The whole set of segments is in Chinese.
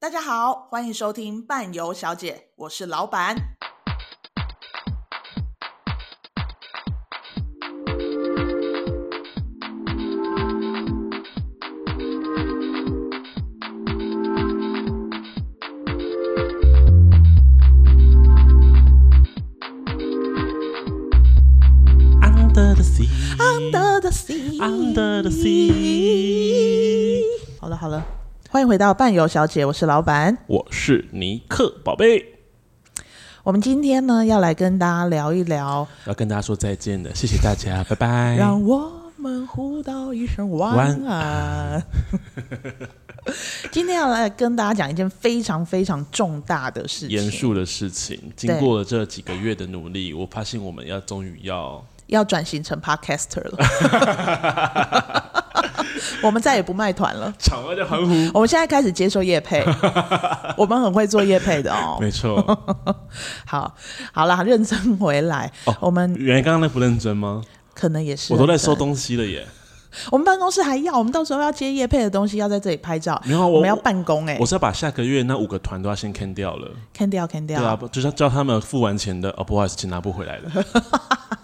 大家好，欢迎收听伴游小姐，我是老板。 Under the sea。 Under the sea。 Under the sea。好了好了，欢迎回到伴游小姐，我是老板。我是尼克宝贝，我们今天呢要来跟大家聊一聊，要跟大家说再见了，谢谢大 家，拜拜。让我们互道一声晚安。晚 今天要来跟大家讲一件非常非常重大的事严情，肃的事情，经过了这几个月的努力，我发现我们要终 于要要转型成 podcaster 了。 我们再也不卖团了。场外的欢呼。 我们现在开始接受业 配，我们很会做业配的哦。没错，好，好啦，认真回来，哦我们原来刚刚那不认真吗？可能也是我都在收认真。东西了耶。我们办公室还要，我们到时候要接业配的东西，要在这里拍照。没有啊我我们要办公哎、我是要把下个月那五个团都要先坑掉了。看掉看掉，对啊，不就是要叫他们付完钱的哦，不好意思，请拿不回 来了。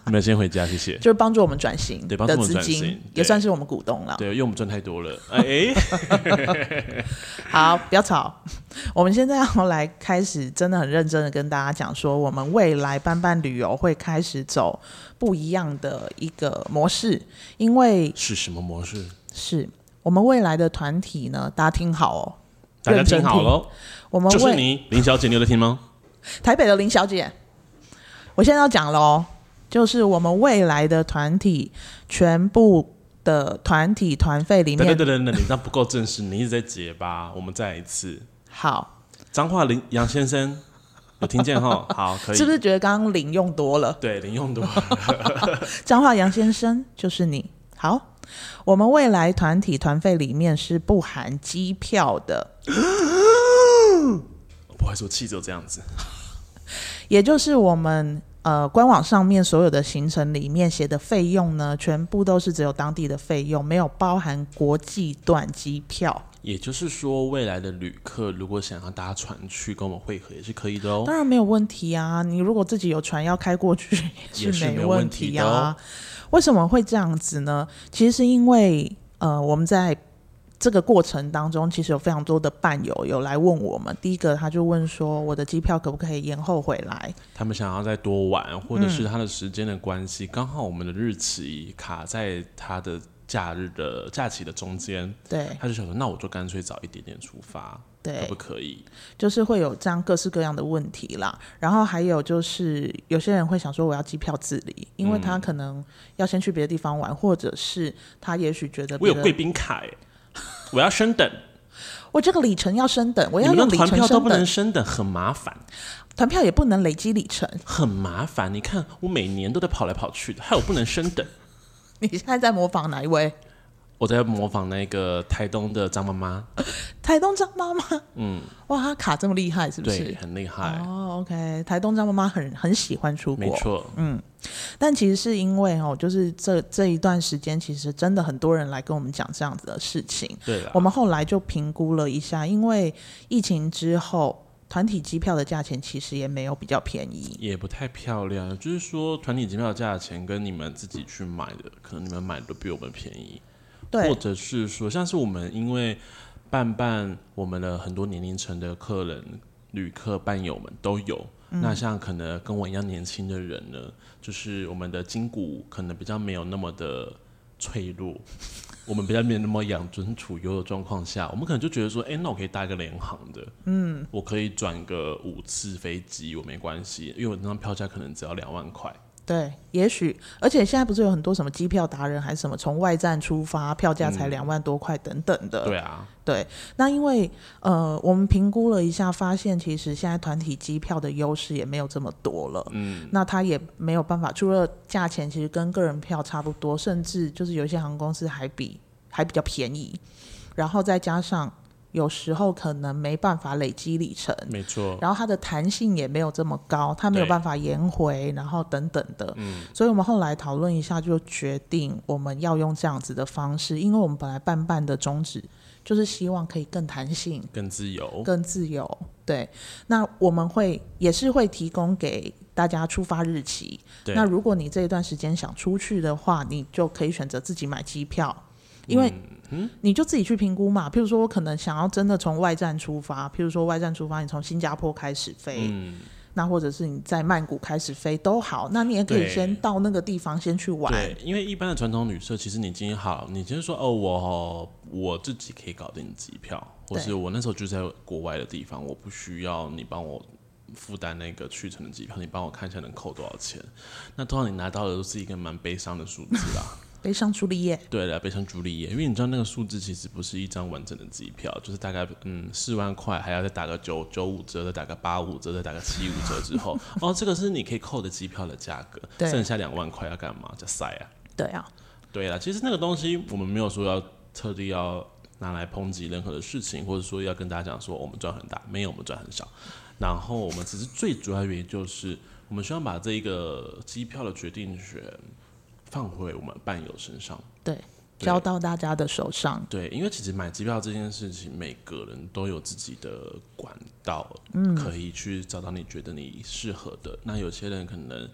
你们先回家，谢谢。就是帮助我们转型对帮助的我们资转型金，对也算是我们股东了。对，因为我们赚太多 了。哎哎，好，不要吵。我们现在要来开始，真的很认真的跟大家讲说，我们未来班班旅游会开始走不一样的一个模式，因为是什么模式？是我们未来的团体呢，大家听好哦。大家认真听好听喽。我们就是为你，林小姐，你有在听吗？台北的林小姐，我现在要讲喽，就是我们未来的团体全部的团体团费里对对面，对对对，你这样不够正式，你一直在结巴。我们再来一次，好，彰化林杨先生有听 见哈？好，可以。是不是觉得刚刚零用多了？对，林用多 彰化杨先生就是你。好，我们未来团体团费里面是不含机票的，不会说气就这样子。也就是我们呃官网上面所有的行程里面写的费用呢，全部都是只有当地的费用，没有包含国际段机票。也就是说，未来的旅客如果想要搭船去跟我们会合，也是可以的哦。当然没有问题啊，你如果自己有船要开过去也是是没没有问问题的啊。哦为什么会这样子呢？其实是因为呃，我们在这个过程当中，其实有非常多的伴友有来问我们。第一个他就问说，我的机票可不可以延后回来？他们想要再多玩，或者嗯是他的时间的关系，刚、好我们的日期卡在他的假日的假期的中间，对他就想说，那我就干脆早一点点出发，可对不，可以？就是会有这样各式各样的问题啦。然后还有就是，有些人会想说，我要机票自理，因为嗯他可能要先去别的地方玩，或者是他也许觉得我有别的贵宾卡耶，我要升等。我这个里程要升等，我你要们用的里团程票都升不能等，升等，很麻烦，团票也不能累积里程。 很麻烦。你看，我每年都在跑来跑去的，害我不能升等。你现在在模仿哪一位？我在模仿那个台东的张妈妈，哦台东张妈妈，嗯，哇，她卡这么厉害，是不对，是？很厉害，哦，OK，台东张妈妈很很喜欢出没国，错。但其实是因为哦，就是这这一段时间，其实真的很多人来跟我们讲这样子的事情。对啊了我，们后来就评估了一下，因为疫情之后，团体机票的价钱其实也没有比较便宜。也不太漂亮，就是说团体机票的价钱跟你们自己去买的，可能你们买的都比我们便宜，或对者是说，像是我们因为伴伴我们的很多年龄层的客人、旅客、伴友们都有。那像可能跟我一样年轻的人呢，就是我们的筋骨可能比较没有那么的脆弱，我们比较没有那么养尊处优的状况下，我们可能就觉得说，哎、那我可以搭一个联航的，嗯，我可以转个五次飞机，我没关系，因为我那张票价可能只要两万块，对，也许，而且现在不是有很多什么机票达人，还是什么从外站出发，票价才两万多块等等的。对啊，对，那因为呃，我们评估了一下，发现其实现在团体机票的优势也没有这么多了。嗯，那它也没有办法，除了价钱其实跟个人票差不多，甚至就是有一些航空公司还比还比较便宜，然后再加上有时候可能没办法累积里程。没错，然后它的弹性也没有这么高，它没有对办法延回，然后等等的。嗯，所以我们后来讨论一下，就决定我们要用这样子的方式，因为我们本来办办的宗旨就是希望可以更弹性、更自由。更自由。对，那我们会也是会提供给大家出发日期。对那如果你这一段时间想出去的话，你就可以选择自己买机票，因为嗯你就自己去评估嘛。譬如说，我可能想要真的从外站出发，譬如说外站出发，你从新加坡开始飞，嗯，那或者是你在曼谷开始飞都好，那你也可以对先到那个地方先去玩。对，因为一般的传统旅社，其实你今天好，你今天说哦，我我自己可以搞定机票，或对是我那时候就在国外的地方，我不需要你帮我负担那个去程的机票，你帮我看一下能扣多少钱。那通常你拿到的都是一个蛮悲伤的数字啦。 悲伤朱丽叶，对了，悲伤朱丽叶，因为你知道那个数字其实不是一张完整的机票，就是大概嗯四万块，还要再打个九九五折，再打个八五折，再打个七五折之 后，哦，这个是你可以扣的机票的价格，对剩下两万块要干嘛？叫塞啊！对啊，对啦，其实那个东西我们没有说要特地要拿来抨击任何的事情，或者说要跟大家讲说我们赚很大，没有我们赚很少。然后我们只是最主要原因就是我们希望把这一个机票的决定权放回我们伴友身上。对，对交到大家的手上。对，因为其实买机票这件事情，每个人都有自己的管道，可以去找到你觉得你适合的。那有些人可能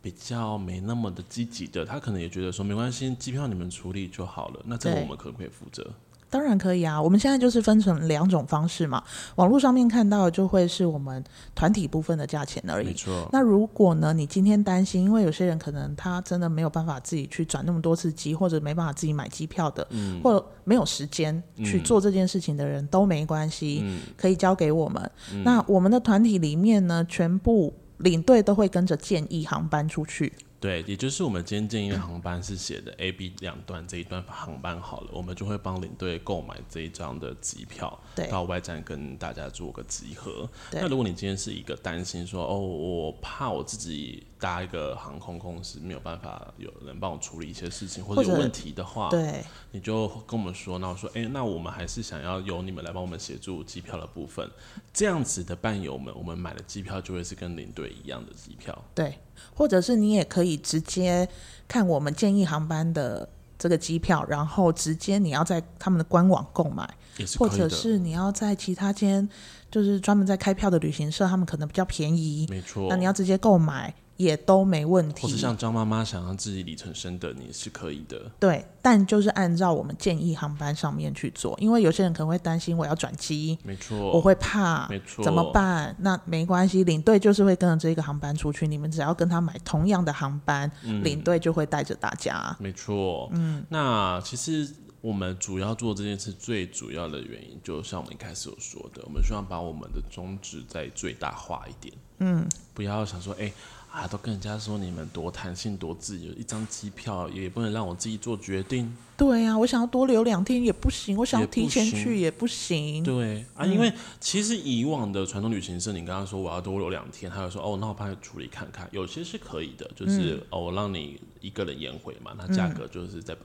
比较没那么的积极的，他可能也觉得说没关系，机票你们处理就好了。那这个对我们可不可以负责？当然可以啊，我们现在就是分成两种方式嘛。网络上面看到的就会是我们团体部分的价钱而没已。错，那如果呢，你今天担心，因为有些人可能他真的没有办法自己去转那么多次机，或者没办法自己买机票的，嗯或者没有时间去做这件事情的人、都没关系，嗯可以交给我们。那我们的团体里面呢，全部领队都会跟着建议航班出去。对，也就是我们今天建议的航班是写的 A、B 两段，这一段航班好了，我们就会帮领队购买这一张的机票，对到外站跟大家做个集合。对那如果你今天是一个担心说，哦，我怕我自己搭一个航空公司没有办法有人帮我处理一些事情或或者有者问题的话，对你就跟我们说，那我说，哎、那我们还是想要由你们来帮我们协助机票的部分。这样子的伴友们，我们买的机票就会是跟领队一样的机票。对，或者是你也可以直接看我们建议航班的这个机票，然后直接你要在他们的官网购买，也是可或以的者是你要在其他间就是专门在开票的旅行社，他们可能比较便宜，没错，那你要直接购买也都没问或是题。像张妈妈想要自己里程升等，你是可以的。对，但就是按照我们建议航班上面去做，因为有些人可能会担心我要转机，没我错，会怕没，错怎么办？那没关系，领队就是会跟着这个航班出去，你们只要跟他买同样的航班，嗯领队就会带着大家。没错。嗯，那其实我们主要做这件事最主要的原因，就像我们一开始有说的，我们希望把我们的宗旨再最大化一点。嗯，不要想说，哎、啊，都跟人家说你们多弹性、多自由，一张机票也不能让我自己做决定。对呀、我想要多留两天也不行，我想要也不提前行去也不行。对啊，因为嗯其实以往的传统旅行社，你刚刚说我要多留两天，他就说哦，那我帮你处理看看。有些是可以的，嗯就是、哦，我让你一个人延回嘛，那价格就是在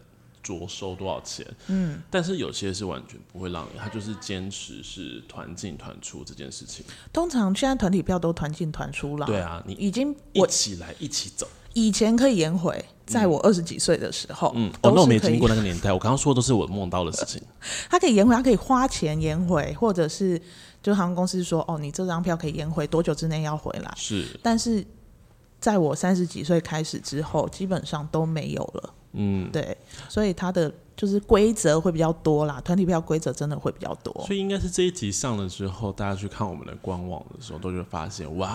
着收多少钱。嗯，但是有些是完全不会让你，他就是坚持是团进团出这件事情。通常现在团体票都团进团出啦。对，啊，你已经一我起来一起走。以前可以延回，在我二十几岁的时候，嗯，哦，都那我是没可经以过，那个年代，我刚刚说的都是我梦到的事 情。他可以延回，他可以花钱延回，或者是就航空公司说，哦，你这张票可以延回多久之内要回来，是，但是。在我三十几岁开始之后，基本上都没有了。嗯，对，所以它的就是规则会比较多啦，团体票规则真的会比较多。所以应该是这一集上了之后，大家去看我们的官网的时候，都会发现哇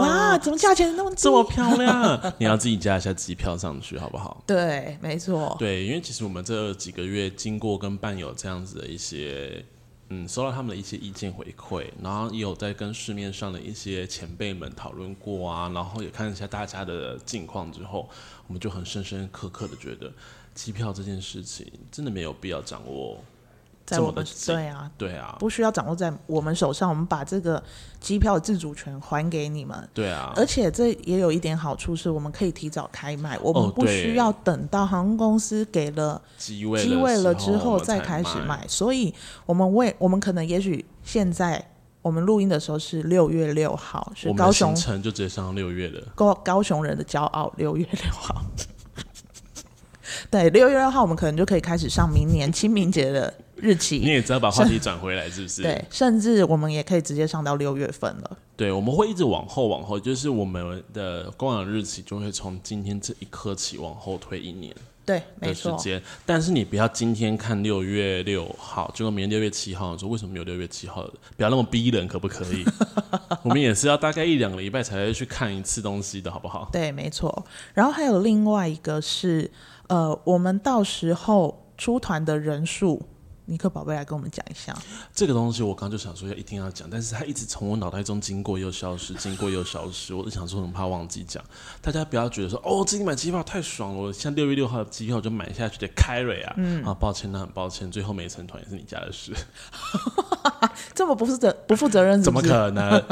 哇，怎么价钱那么低呃这么漂亮， 你要自己加一下机票上去，好不好？对，没错，对，因为其实我们这几个月经过跟伴友这样子的一些，嗯，收到他们的一些意见回馈，然后也有在跟市面上的一些前辈们讨论过啊，然后也看一下大家的近况之后，我们就很深深刻刻的觉得，机票这件事情真的没有必要掌握在这我么的们紧对啊，对啊，不需要掌握在我们手上，我们把这个机票的自主权还给你们。对啊，而且这也有一点好处是，我们可以提早开卖，我哦们不对需要等到航空公司给了机位机位了之后我后们再才开始卖，所以我们为我们可能也许现在我们录音的时候是六月六号，是我们高的雄行程就直接上到六月了，高高雄人的骄傲，六月六号。 对，六月六号我们可能就可以开始上明年清明节的日你期。也只要把话题转回来，是不是？对，甚至我们也可以直接上到六月份了。对，我们会一直往后往后，就是我们的供养日期就会从今天这一刻起往后推一年对，没的时错，间。但是你不要今天看六月六号，结果明天六月七号，说为什么没有六月七号的？不要那么逼人，可不可 以？我们也是要大概一两个礼拜才会去看一次东西的，好不好？对，没错。然后还有另外一个是，呃，我们到时候出团的人数，尼克宝贝来跟我们讲一下。这个东西我刚刚就想说要一定要讲，但是它一直从我脑袋中经过又消失， 经过又消失，我就想说很怕忘记讲。大家不要觉得说哦，自己买机票太爽了，我像六月六号的机票就买下去的凯瑞啊，啊，抱歉，那很抱歉，最后没成团也是你家的事，这么不负责不负责任是怎不么是，可能？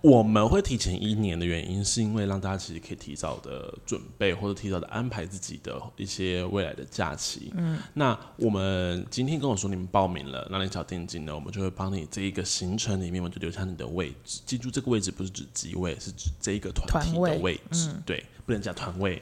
我们会提前一年的原因，是因为让大家其实可以提早的准备，或者提早的安排自己的一些未来的假期。嗯，那我们今天跟我说你们报名了，那你小定金呢，我们就会帮你这一个行程里面，我们就留下你的位置。记住，这个位置不是指机位，是指这一个团体团的位嗯位置。对，不能讲团位，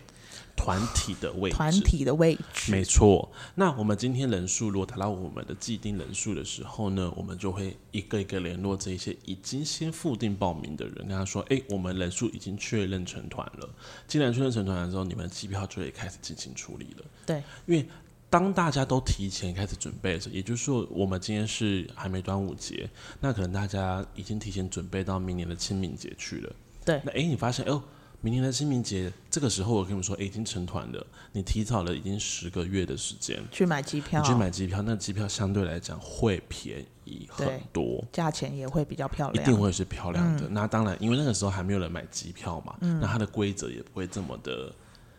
团体的位置。团体的位置，没错，那我们今天人数如果达到我们的既定人数的时候呢，我们就会一个一个联络这一些已经先付定报名的人，跟他说：“哎、我们人数已经确认成团了。既然确认成团了之后，你们的机票就会开始进行处理了。”对，因为当大家都提前开始准备的时候，也就是说，我们今天是还没端午节，那可能大家已经提前准备到明年的清明节去了。对那诶，你发现哦，明年的清明节这个时候，我跟你们说，诶，已经成团了，你提早了已经十个月的时间，去买机票你，去买机票，那机票相对来讲会便宜很对啊嗯多。价钱也会比较漂一定亮。会是漂亮的。那当然，因为那个时候还没有人买机票嘛，嗯那它的规则也不会这么的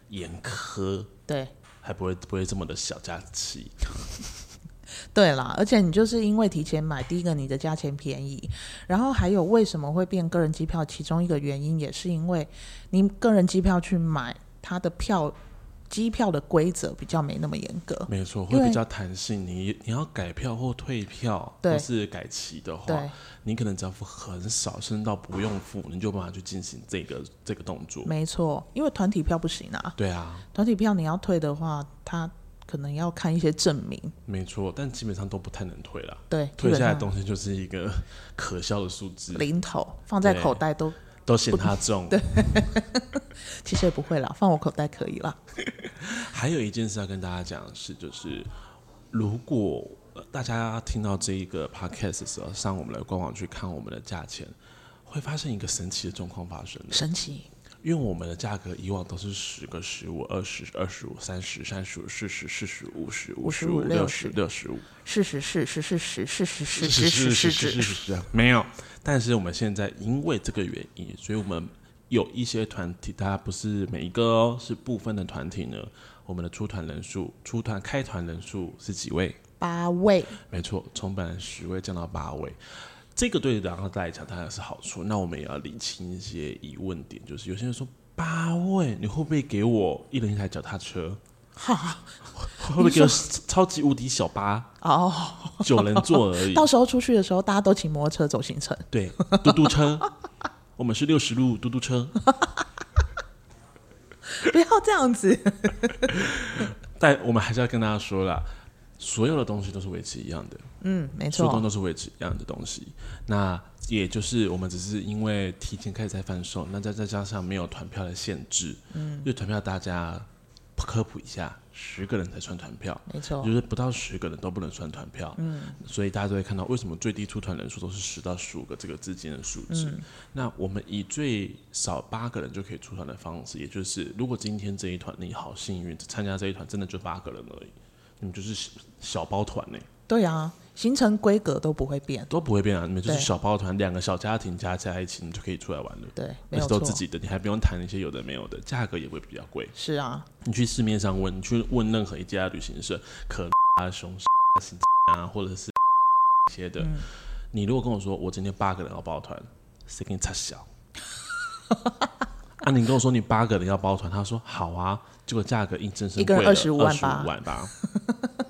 严苛，对，还不会不会这么的小家气。对啦，而且你就是因为提前买，第一个你的价钱便宜，然后还有为什么会变个人机票，其中一个原因也是因为你个人机票去买，它的票机票的规则比较没那么严格。没错，因会为比较弹性。你你要改票或退票，对或是改期的话对，你可能只要付很少，甚至到不用付，你就有办法去进行这个这个动作。没错，因为团体票不行啊，对啊，团体票你要退的话，它可能要看一些证明。没错，但基本上都不太能退了。对，退下来的基本东西就是一个 可笑的数字上，零头放在对口袋都都嫌它重。其实也不会啦，放我口袋可以啦。还有一件事要跟大家讲的是，就是如果呃大家听到这一个 podcast 的时候，上我们的官网去看我们的价钱，会发现一个神奇的状况发生了。神奇，因为我们的价格以往都是十个、十五、二十、二十五、三十、三十五、四十、四十五、十五、十五、 55六十、六十五、事实是事实是事实是是事是实是是指是是，没有。但是我们现在因为这个原因，所以我们有一些团体，大家不是每一个哦，是部分的团体呢，我们的出团人数、出团开团人数是几位？八位，没错，从本来十位降到八位，这个对然后大家来讲当然是好处。那我们也要理清一些疑问点，就是有些人说八位，你会不会给我一人一台脚踏车？哈会不会给我超级无敌小巴，哦。九人座而已？到时候出去的时候，大家都骑摩托车走行程， 对，嘟嘟车， 我们是六十路嘟嘟车，不要这样子。但我们还是要跟大家说啦，所有的东西都是维持一样的，嗯，没所有东错，西都是维持一样的东西。那也就是我们只是因为提前开始在贩售，那再再加上没有团票的限制，嗯，因为团票大家科普一下，十个人才算团票。没错就，是不到十个人都不能算团票，嗯，所以大家都会看到为什么最低出团人数都是十到十五个这个之间的数字。嗯那我们以最少八个人就可以出团的方式，也就是如果今天这一团你好幸运，参加这一团真的就八个人而已，你们就是小小包团呢、对啊，行程规格都不会变，都不会变啊，你们就是对小包团，两个小家庭加在一起，你就可以出来玩了。对，没而有且都错，自己的，你还不用谈一些有的没有的，价格也会比较贵。是啊，你去市面上问，你去问任何一家旅行社，可啊、熊啊、行啊，或者是一些的，嗯你如果跟我说我今天八个人要包团，谁给你插小？啊，你跟我说你八个人要包团，他说好啊，结果价格硬生生一个人贵了25万吧25万吧。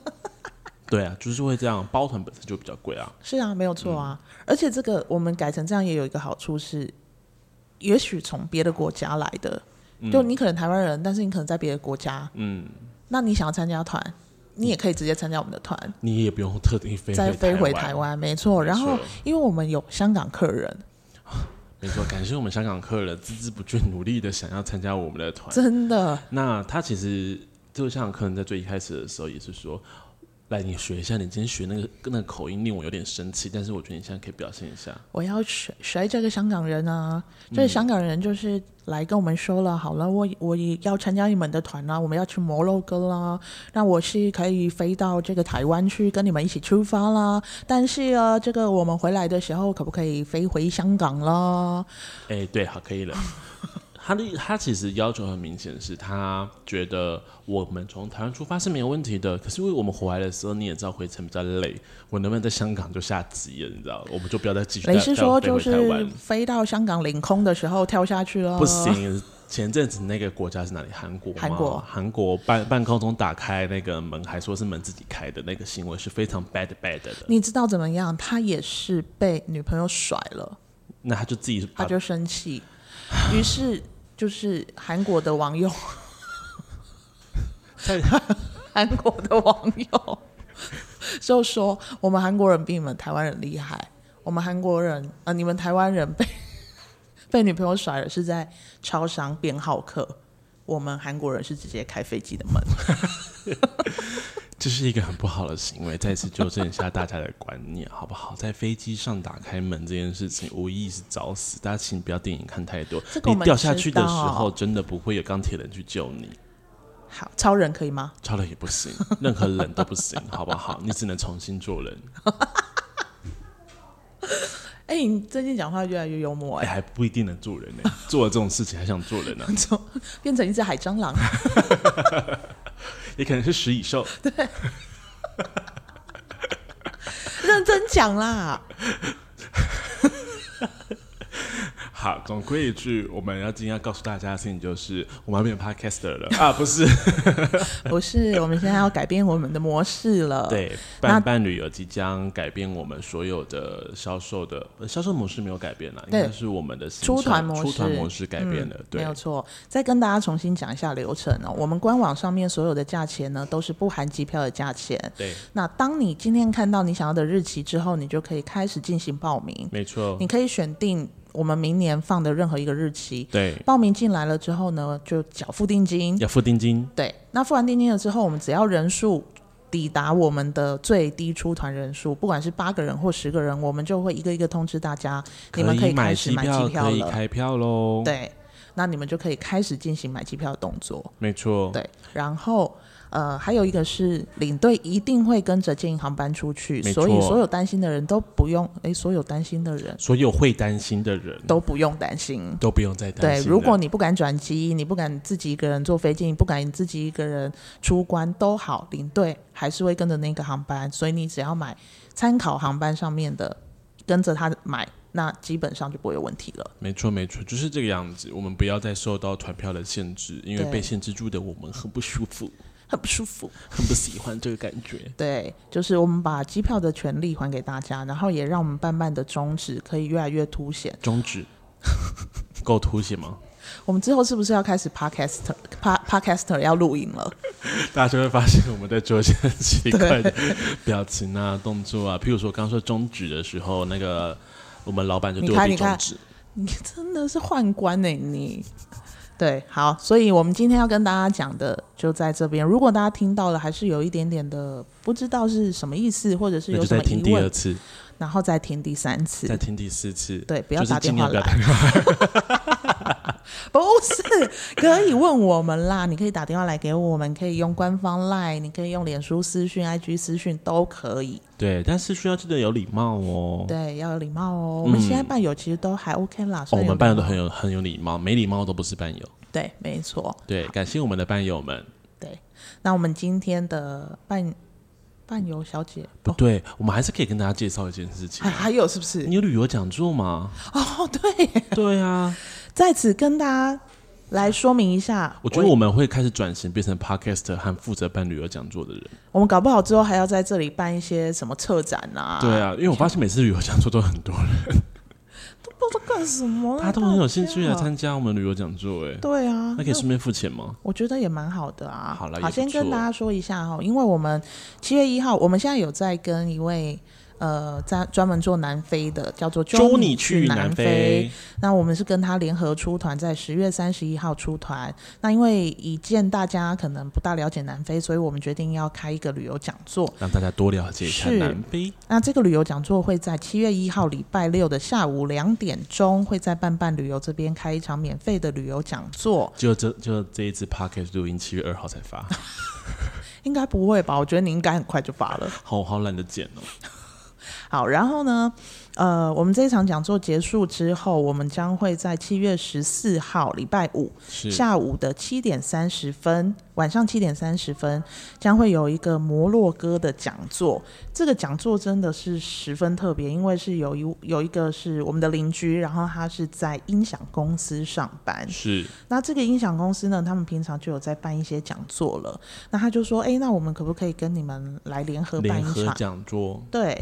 对啊，就是会这样，包团本身就比较贵啊。是啊，没有错啊。嗯而且这个我们改成这样也有一个好处是，也许从别的国家来的，就你可能台湾人，但是你可能在别的国家，嗯，那你想要参加团，你也可以直接参加我们的团，你也不用特地飞再飞回回台台。湾，没错。然后没错因为我们有香港客人，没错，感谢我们香港客人孜孜不倦、努力的想要参加我们的团。真的那他其实就像可能在最一开始的时候也是说，来你学一下，你今天学那个那个口音令我有点生气，但是我觉得你现在可以表现一下。我要学学这个香港人啊，嗯这个香港人就是来跟我们说了，好了，我我也要参加你们的团啊啦，我们要去摩洛哥啦，那我是可以飞到这个台湾去跟你们一起出发啦，但是啊，这个我们回来的时候可不可以飞回香港啦？哎、对，好，可以了。他的他其实要求很明显，是他觉得我们从台湾出发是没有问题的，可是因为我们回来的时候，你也知道回程比较累，我能不能在香港就下机了？你知道，我们就不要再继续再雷是说再飞就回台是湾，飞到香港领空的时候跳下去了，不。行。前阵子那个国家是哪里？韩国吗？嗯韩国韩国半半空中打开那个门，还说是门自己开的，那个行为是非常 bad bad 的。你知道怎么样？他也是被女朋友甩了，那他就自己他把就生气，于是就是韩国的网友。在 韩国的网友 就说：“我们韩国人比你们台湾人厉害，我们韩国人呃，你们台湾人被 被女朋友甩了是在超商编号客，我们韩国人是直接开飞机的门。这是一个很不好的行为，再次纠正一下大家的观念，好不好？在飞机上打开门这件事情，无疑是找死。大家请不要电影看太多这，个我你们掉下去的时知道候，真的不会有钢铁人去救你，好，超人可以吗？超人也不行，任何人都不行，好不好？你只能重新做人。哎、你最近讲话越来越幽默、哎、哎， 还不一定能做人呢、做了这种事情还想做人呢、怎么变成一只海蟑螂？也可能是食蚁兽。认真讲啦！好，总归一句，我们要今天要告诉大家的事情就是，我们要变 podcaster 了啊，不是？不是，我们现在要改变我们的模式了。，对，伴伴旅游即将改变我们所有的销售的呃销售模式没有改变啦，应对该是我们的行出程团模式，出团模式改变了。嗯没对有，错。再跟大家重新讲一下流程哦。我们官网上面所有的价钱呢，都是不含机票的价钱。对，那当你今天看到你想要的日期之后，你就可以开始进行报名。没错你，可以选定我们明年放的任何一个日期。对，报名进来了之后呢，就缴付定金。要付定金，对，那付完定金了之后，我们只要人数抵达我们的最低出团人数，不管是八个人或十个人，我们就会一个一个通知大家，你们以以开买始机买机票可以了。开票喽。，对，那你们就可以开始进行买机票的动作。没错，对，然后呃，还有一个是领队一定会跟着建议航班出去，没所以错所有担心的人都不用，诶，所有担心的人所有会担心的人都不用担心。都不用再担对，心了。如果你不敢转机，你不敢自己一个人坐飞机，你不敢自己一个人出关都好，领队还是会跟着那个航班，所以你只要买参考航班上面的，跟着他买，那基本上就不会有问题了。 没错，没错，就是这个样子。我们不要再受到团票的限制，因为对被限制住的我们很不舒服，很不舒服。很不喜欢这个感觉。对，就是我们把机票的权利还给大家，然后也让我们伴伴的宗旨可以越来越凸显。中指 够凸显吗？我们之后是不是要开始 podcaster pa, podcaster 要录影了？ 大家就会发现我们在做一些很奇怪的 表情啊、动作啊。譬如说，刚刚说中指的时候，那个我们老板就对你我看比你看中指。你真的是宦官呢、你。对，好，所以我们今天要跟大家讲的就在这边。如果大家听到了，还是有一点点的不知道是什么意思，或者是那有就什再么听疑第二问，次，然后再听第三次再。听第四次， 对不要就是打电尽量话不要来打电话 不是，可以问我们啦，你可以打电话来给我们，可以用官方 LINE，你可以用脸书私讯、IG 私讯都可以。对，但是需要记得有礼貌哦。对，要有礼貌哦。我们现在伴友其实都还 OK 啦，哦所我以们伴友都友很有很有礼貌，没礼貌都不是伴友。对，没错。对，感谢我们的伴友们。那我们今天的伴伴游小姐，不哦，哎对，我们还是可以跟大家介绍一件事情还。还有是不是？你有旅游讲 座吗？哦，对，对啊，在此跟大家来说明一下，我觉得我们会开始转型变成 podcast 和负责办旅游讲座的人。我们搞不好之后还要在这里办一些什么策展啊， 对啊，因为我发现每次旅游讲座都很多人。不道在干什么。啊 他都很有兴趣来参加我们旅游讲座，哎，对啊，那可以顺便付钱 吗？我觉得也蛮好的啊。好啦也好，不先跟错大家说一下哈，因为我们七月一号，我们现在有在跟一位呃，在专门做南非的，叫做揪你你去南南非，那我们是跟他联合出团，在十月三十一号出团。那因为以见大家可能不大了解南非，所以我们决定要开一个旅游讲座。让大家多了解一下是南非。那这个旅游讲座会在七月一号礼拜六的下午两点钟，会在伴伴旅游这边开一场免费的旅游讲座。就这就这一次 podcast 录音七月二号才发，应该不会吧？我觉得你应该很快就发了。好好懒得剪哦。好，然后呢，呃，我们这一场讲座结束之后，我们将会在七月十四号礼拜五 是下午的七点三十分，晚上七点三十分将会有一个摩洛哥的讲座。这个讲座真的是十分特别，因为是有一有一个是我们的邻居，然后他是在音响公司上班，是那这个音响公司呢，他们平常就有在办一些讲座了。那他就说，哎、那我们可不可以跟你们来联合办联一合场？讲座，对，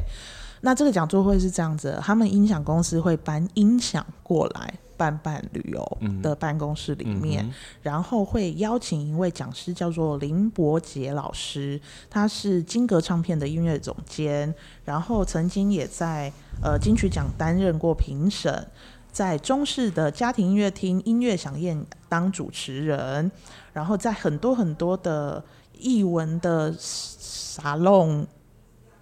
那这个讲座会是这样子的，他们音响公司会搬音响过来。办办旅游的办公室里面，嗯嗯哼然后会邀请一位讲师，叫做林伯杰老师，他是金格唱片的音乐总监，然后曾经也在呃金曲奖担任过评审，在中式的家庭音乐厅音乐响宴当主持人，然后在很多很多的艺文的沙龙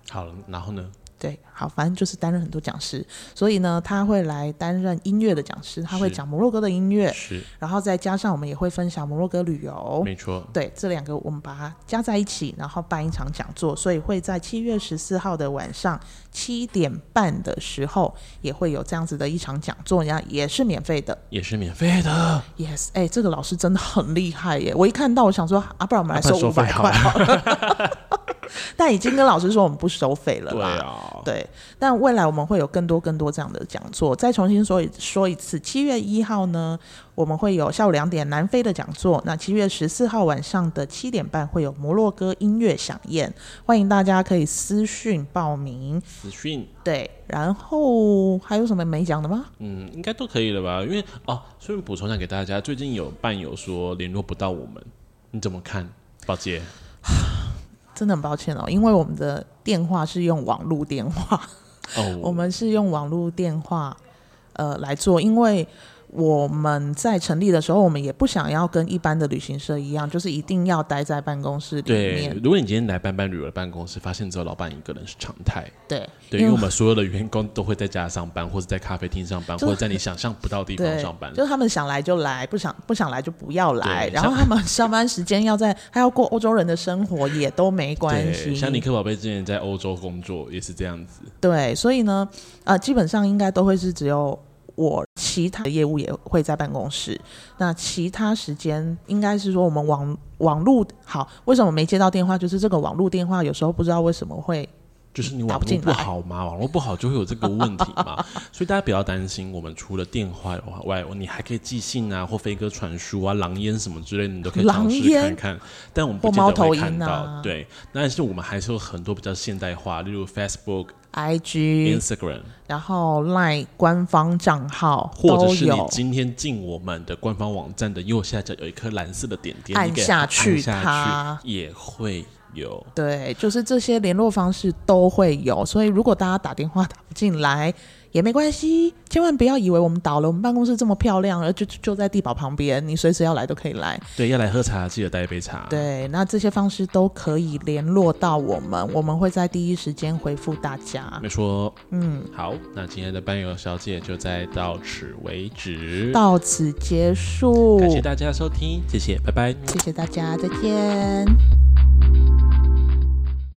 好了，然后呢？对，好，反正就是担任很多讲师，所以呢，他会来担任音乐的讲师，他会是讲摩洛哥的音乐，是然后再加上我们也会分享摩洛哥旅游。没错，对，这两个我们把它加在一起，然后办一场讲座，所以会在七月十四号的晚上七点半的时候，也会有这样子的一场讲座，然后也是免费的。也是免费的。 Yes，哎、这个老师真的很厉害耶！我一看到，我想说，啊，不然我们来啊不然收五收费百好块好了。 但已经跟老师说我们不收费了对啦。啊，对，但未来我们会有更多更多这样的讲座。再重新说一说一次，七月一号呢，我们会有下午两点南非的讲座；那七月十四号晚上的七点半会有摩洛哥音乐响宴，欢迎大家可以私讯报名。资讯对，然后还有什么没讲的吗？嗯，应该都可以了吧？因为哦，顺便补充一下给大家，最近有伴友说联络不到我们，你怎么看？宝杰，真的很抱歉哦，因为我们的电话是用网络电话。哦，我们是用网络电话呃来做，因为我们在成立的时候，我们也不想要跟一般的旅行社一样，就是一定要待在办公室里对面。，如果你今天来班班旅游的办公室，发现只有老板一个人是常态，对对，因为我们所有的员工都会在家上班，或者在咖啡厅上班，就或者在你想象不到的地方对上班，。就是他们想来就来，不想不想来就不要来。对然后他们上班时间要在，还要过欧洲人的生活，也都没关对，系。像尼克宝贝之前在欧洲工作也是这样子，对，所以呢，呃，基本上应该都会是只有我，其他的业务也会在办公室。那其他时间应该是说我们网网络好，为什么没接到电话？就是这个网络电话有时候不知道为什么会就是你打网不络进不来好嘛，网络不好就会有这个问题嘛， 所以大家不要担心。我们除了电话的话外，你还可以寄信啊，或飞鸽传书啊、狼烟什么之类的，你都可以尝狼试烟看看。但我们不或见猫得头会鹰看到，啊对。但是我们还是有很多比较现代化，例如 Facebook、 IG， Instagram，然后 LINE 官方账号或者都是你有。今天进我们的官方网站的右下角有一颗蓝色的点点，按你给下去按下它去也会有。对，就是这些联络方式都会有，所以如果大家打电话 打不进来也没关系，千万不要以为我们倒了，我们办公室这么漂亮，而就就就在地堡旁边，你随时要来都可以来。对，要来喝茶记得带一杯茶。，对，那这些方式都可以联络到我们，我们会在第一时间回复大家。没错。嗯，好，那今天的班友小姐就再到此为止，到此结束感，谢大家收听，谢谢，拜拜。谢谢大家，再见。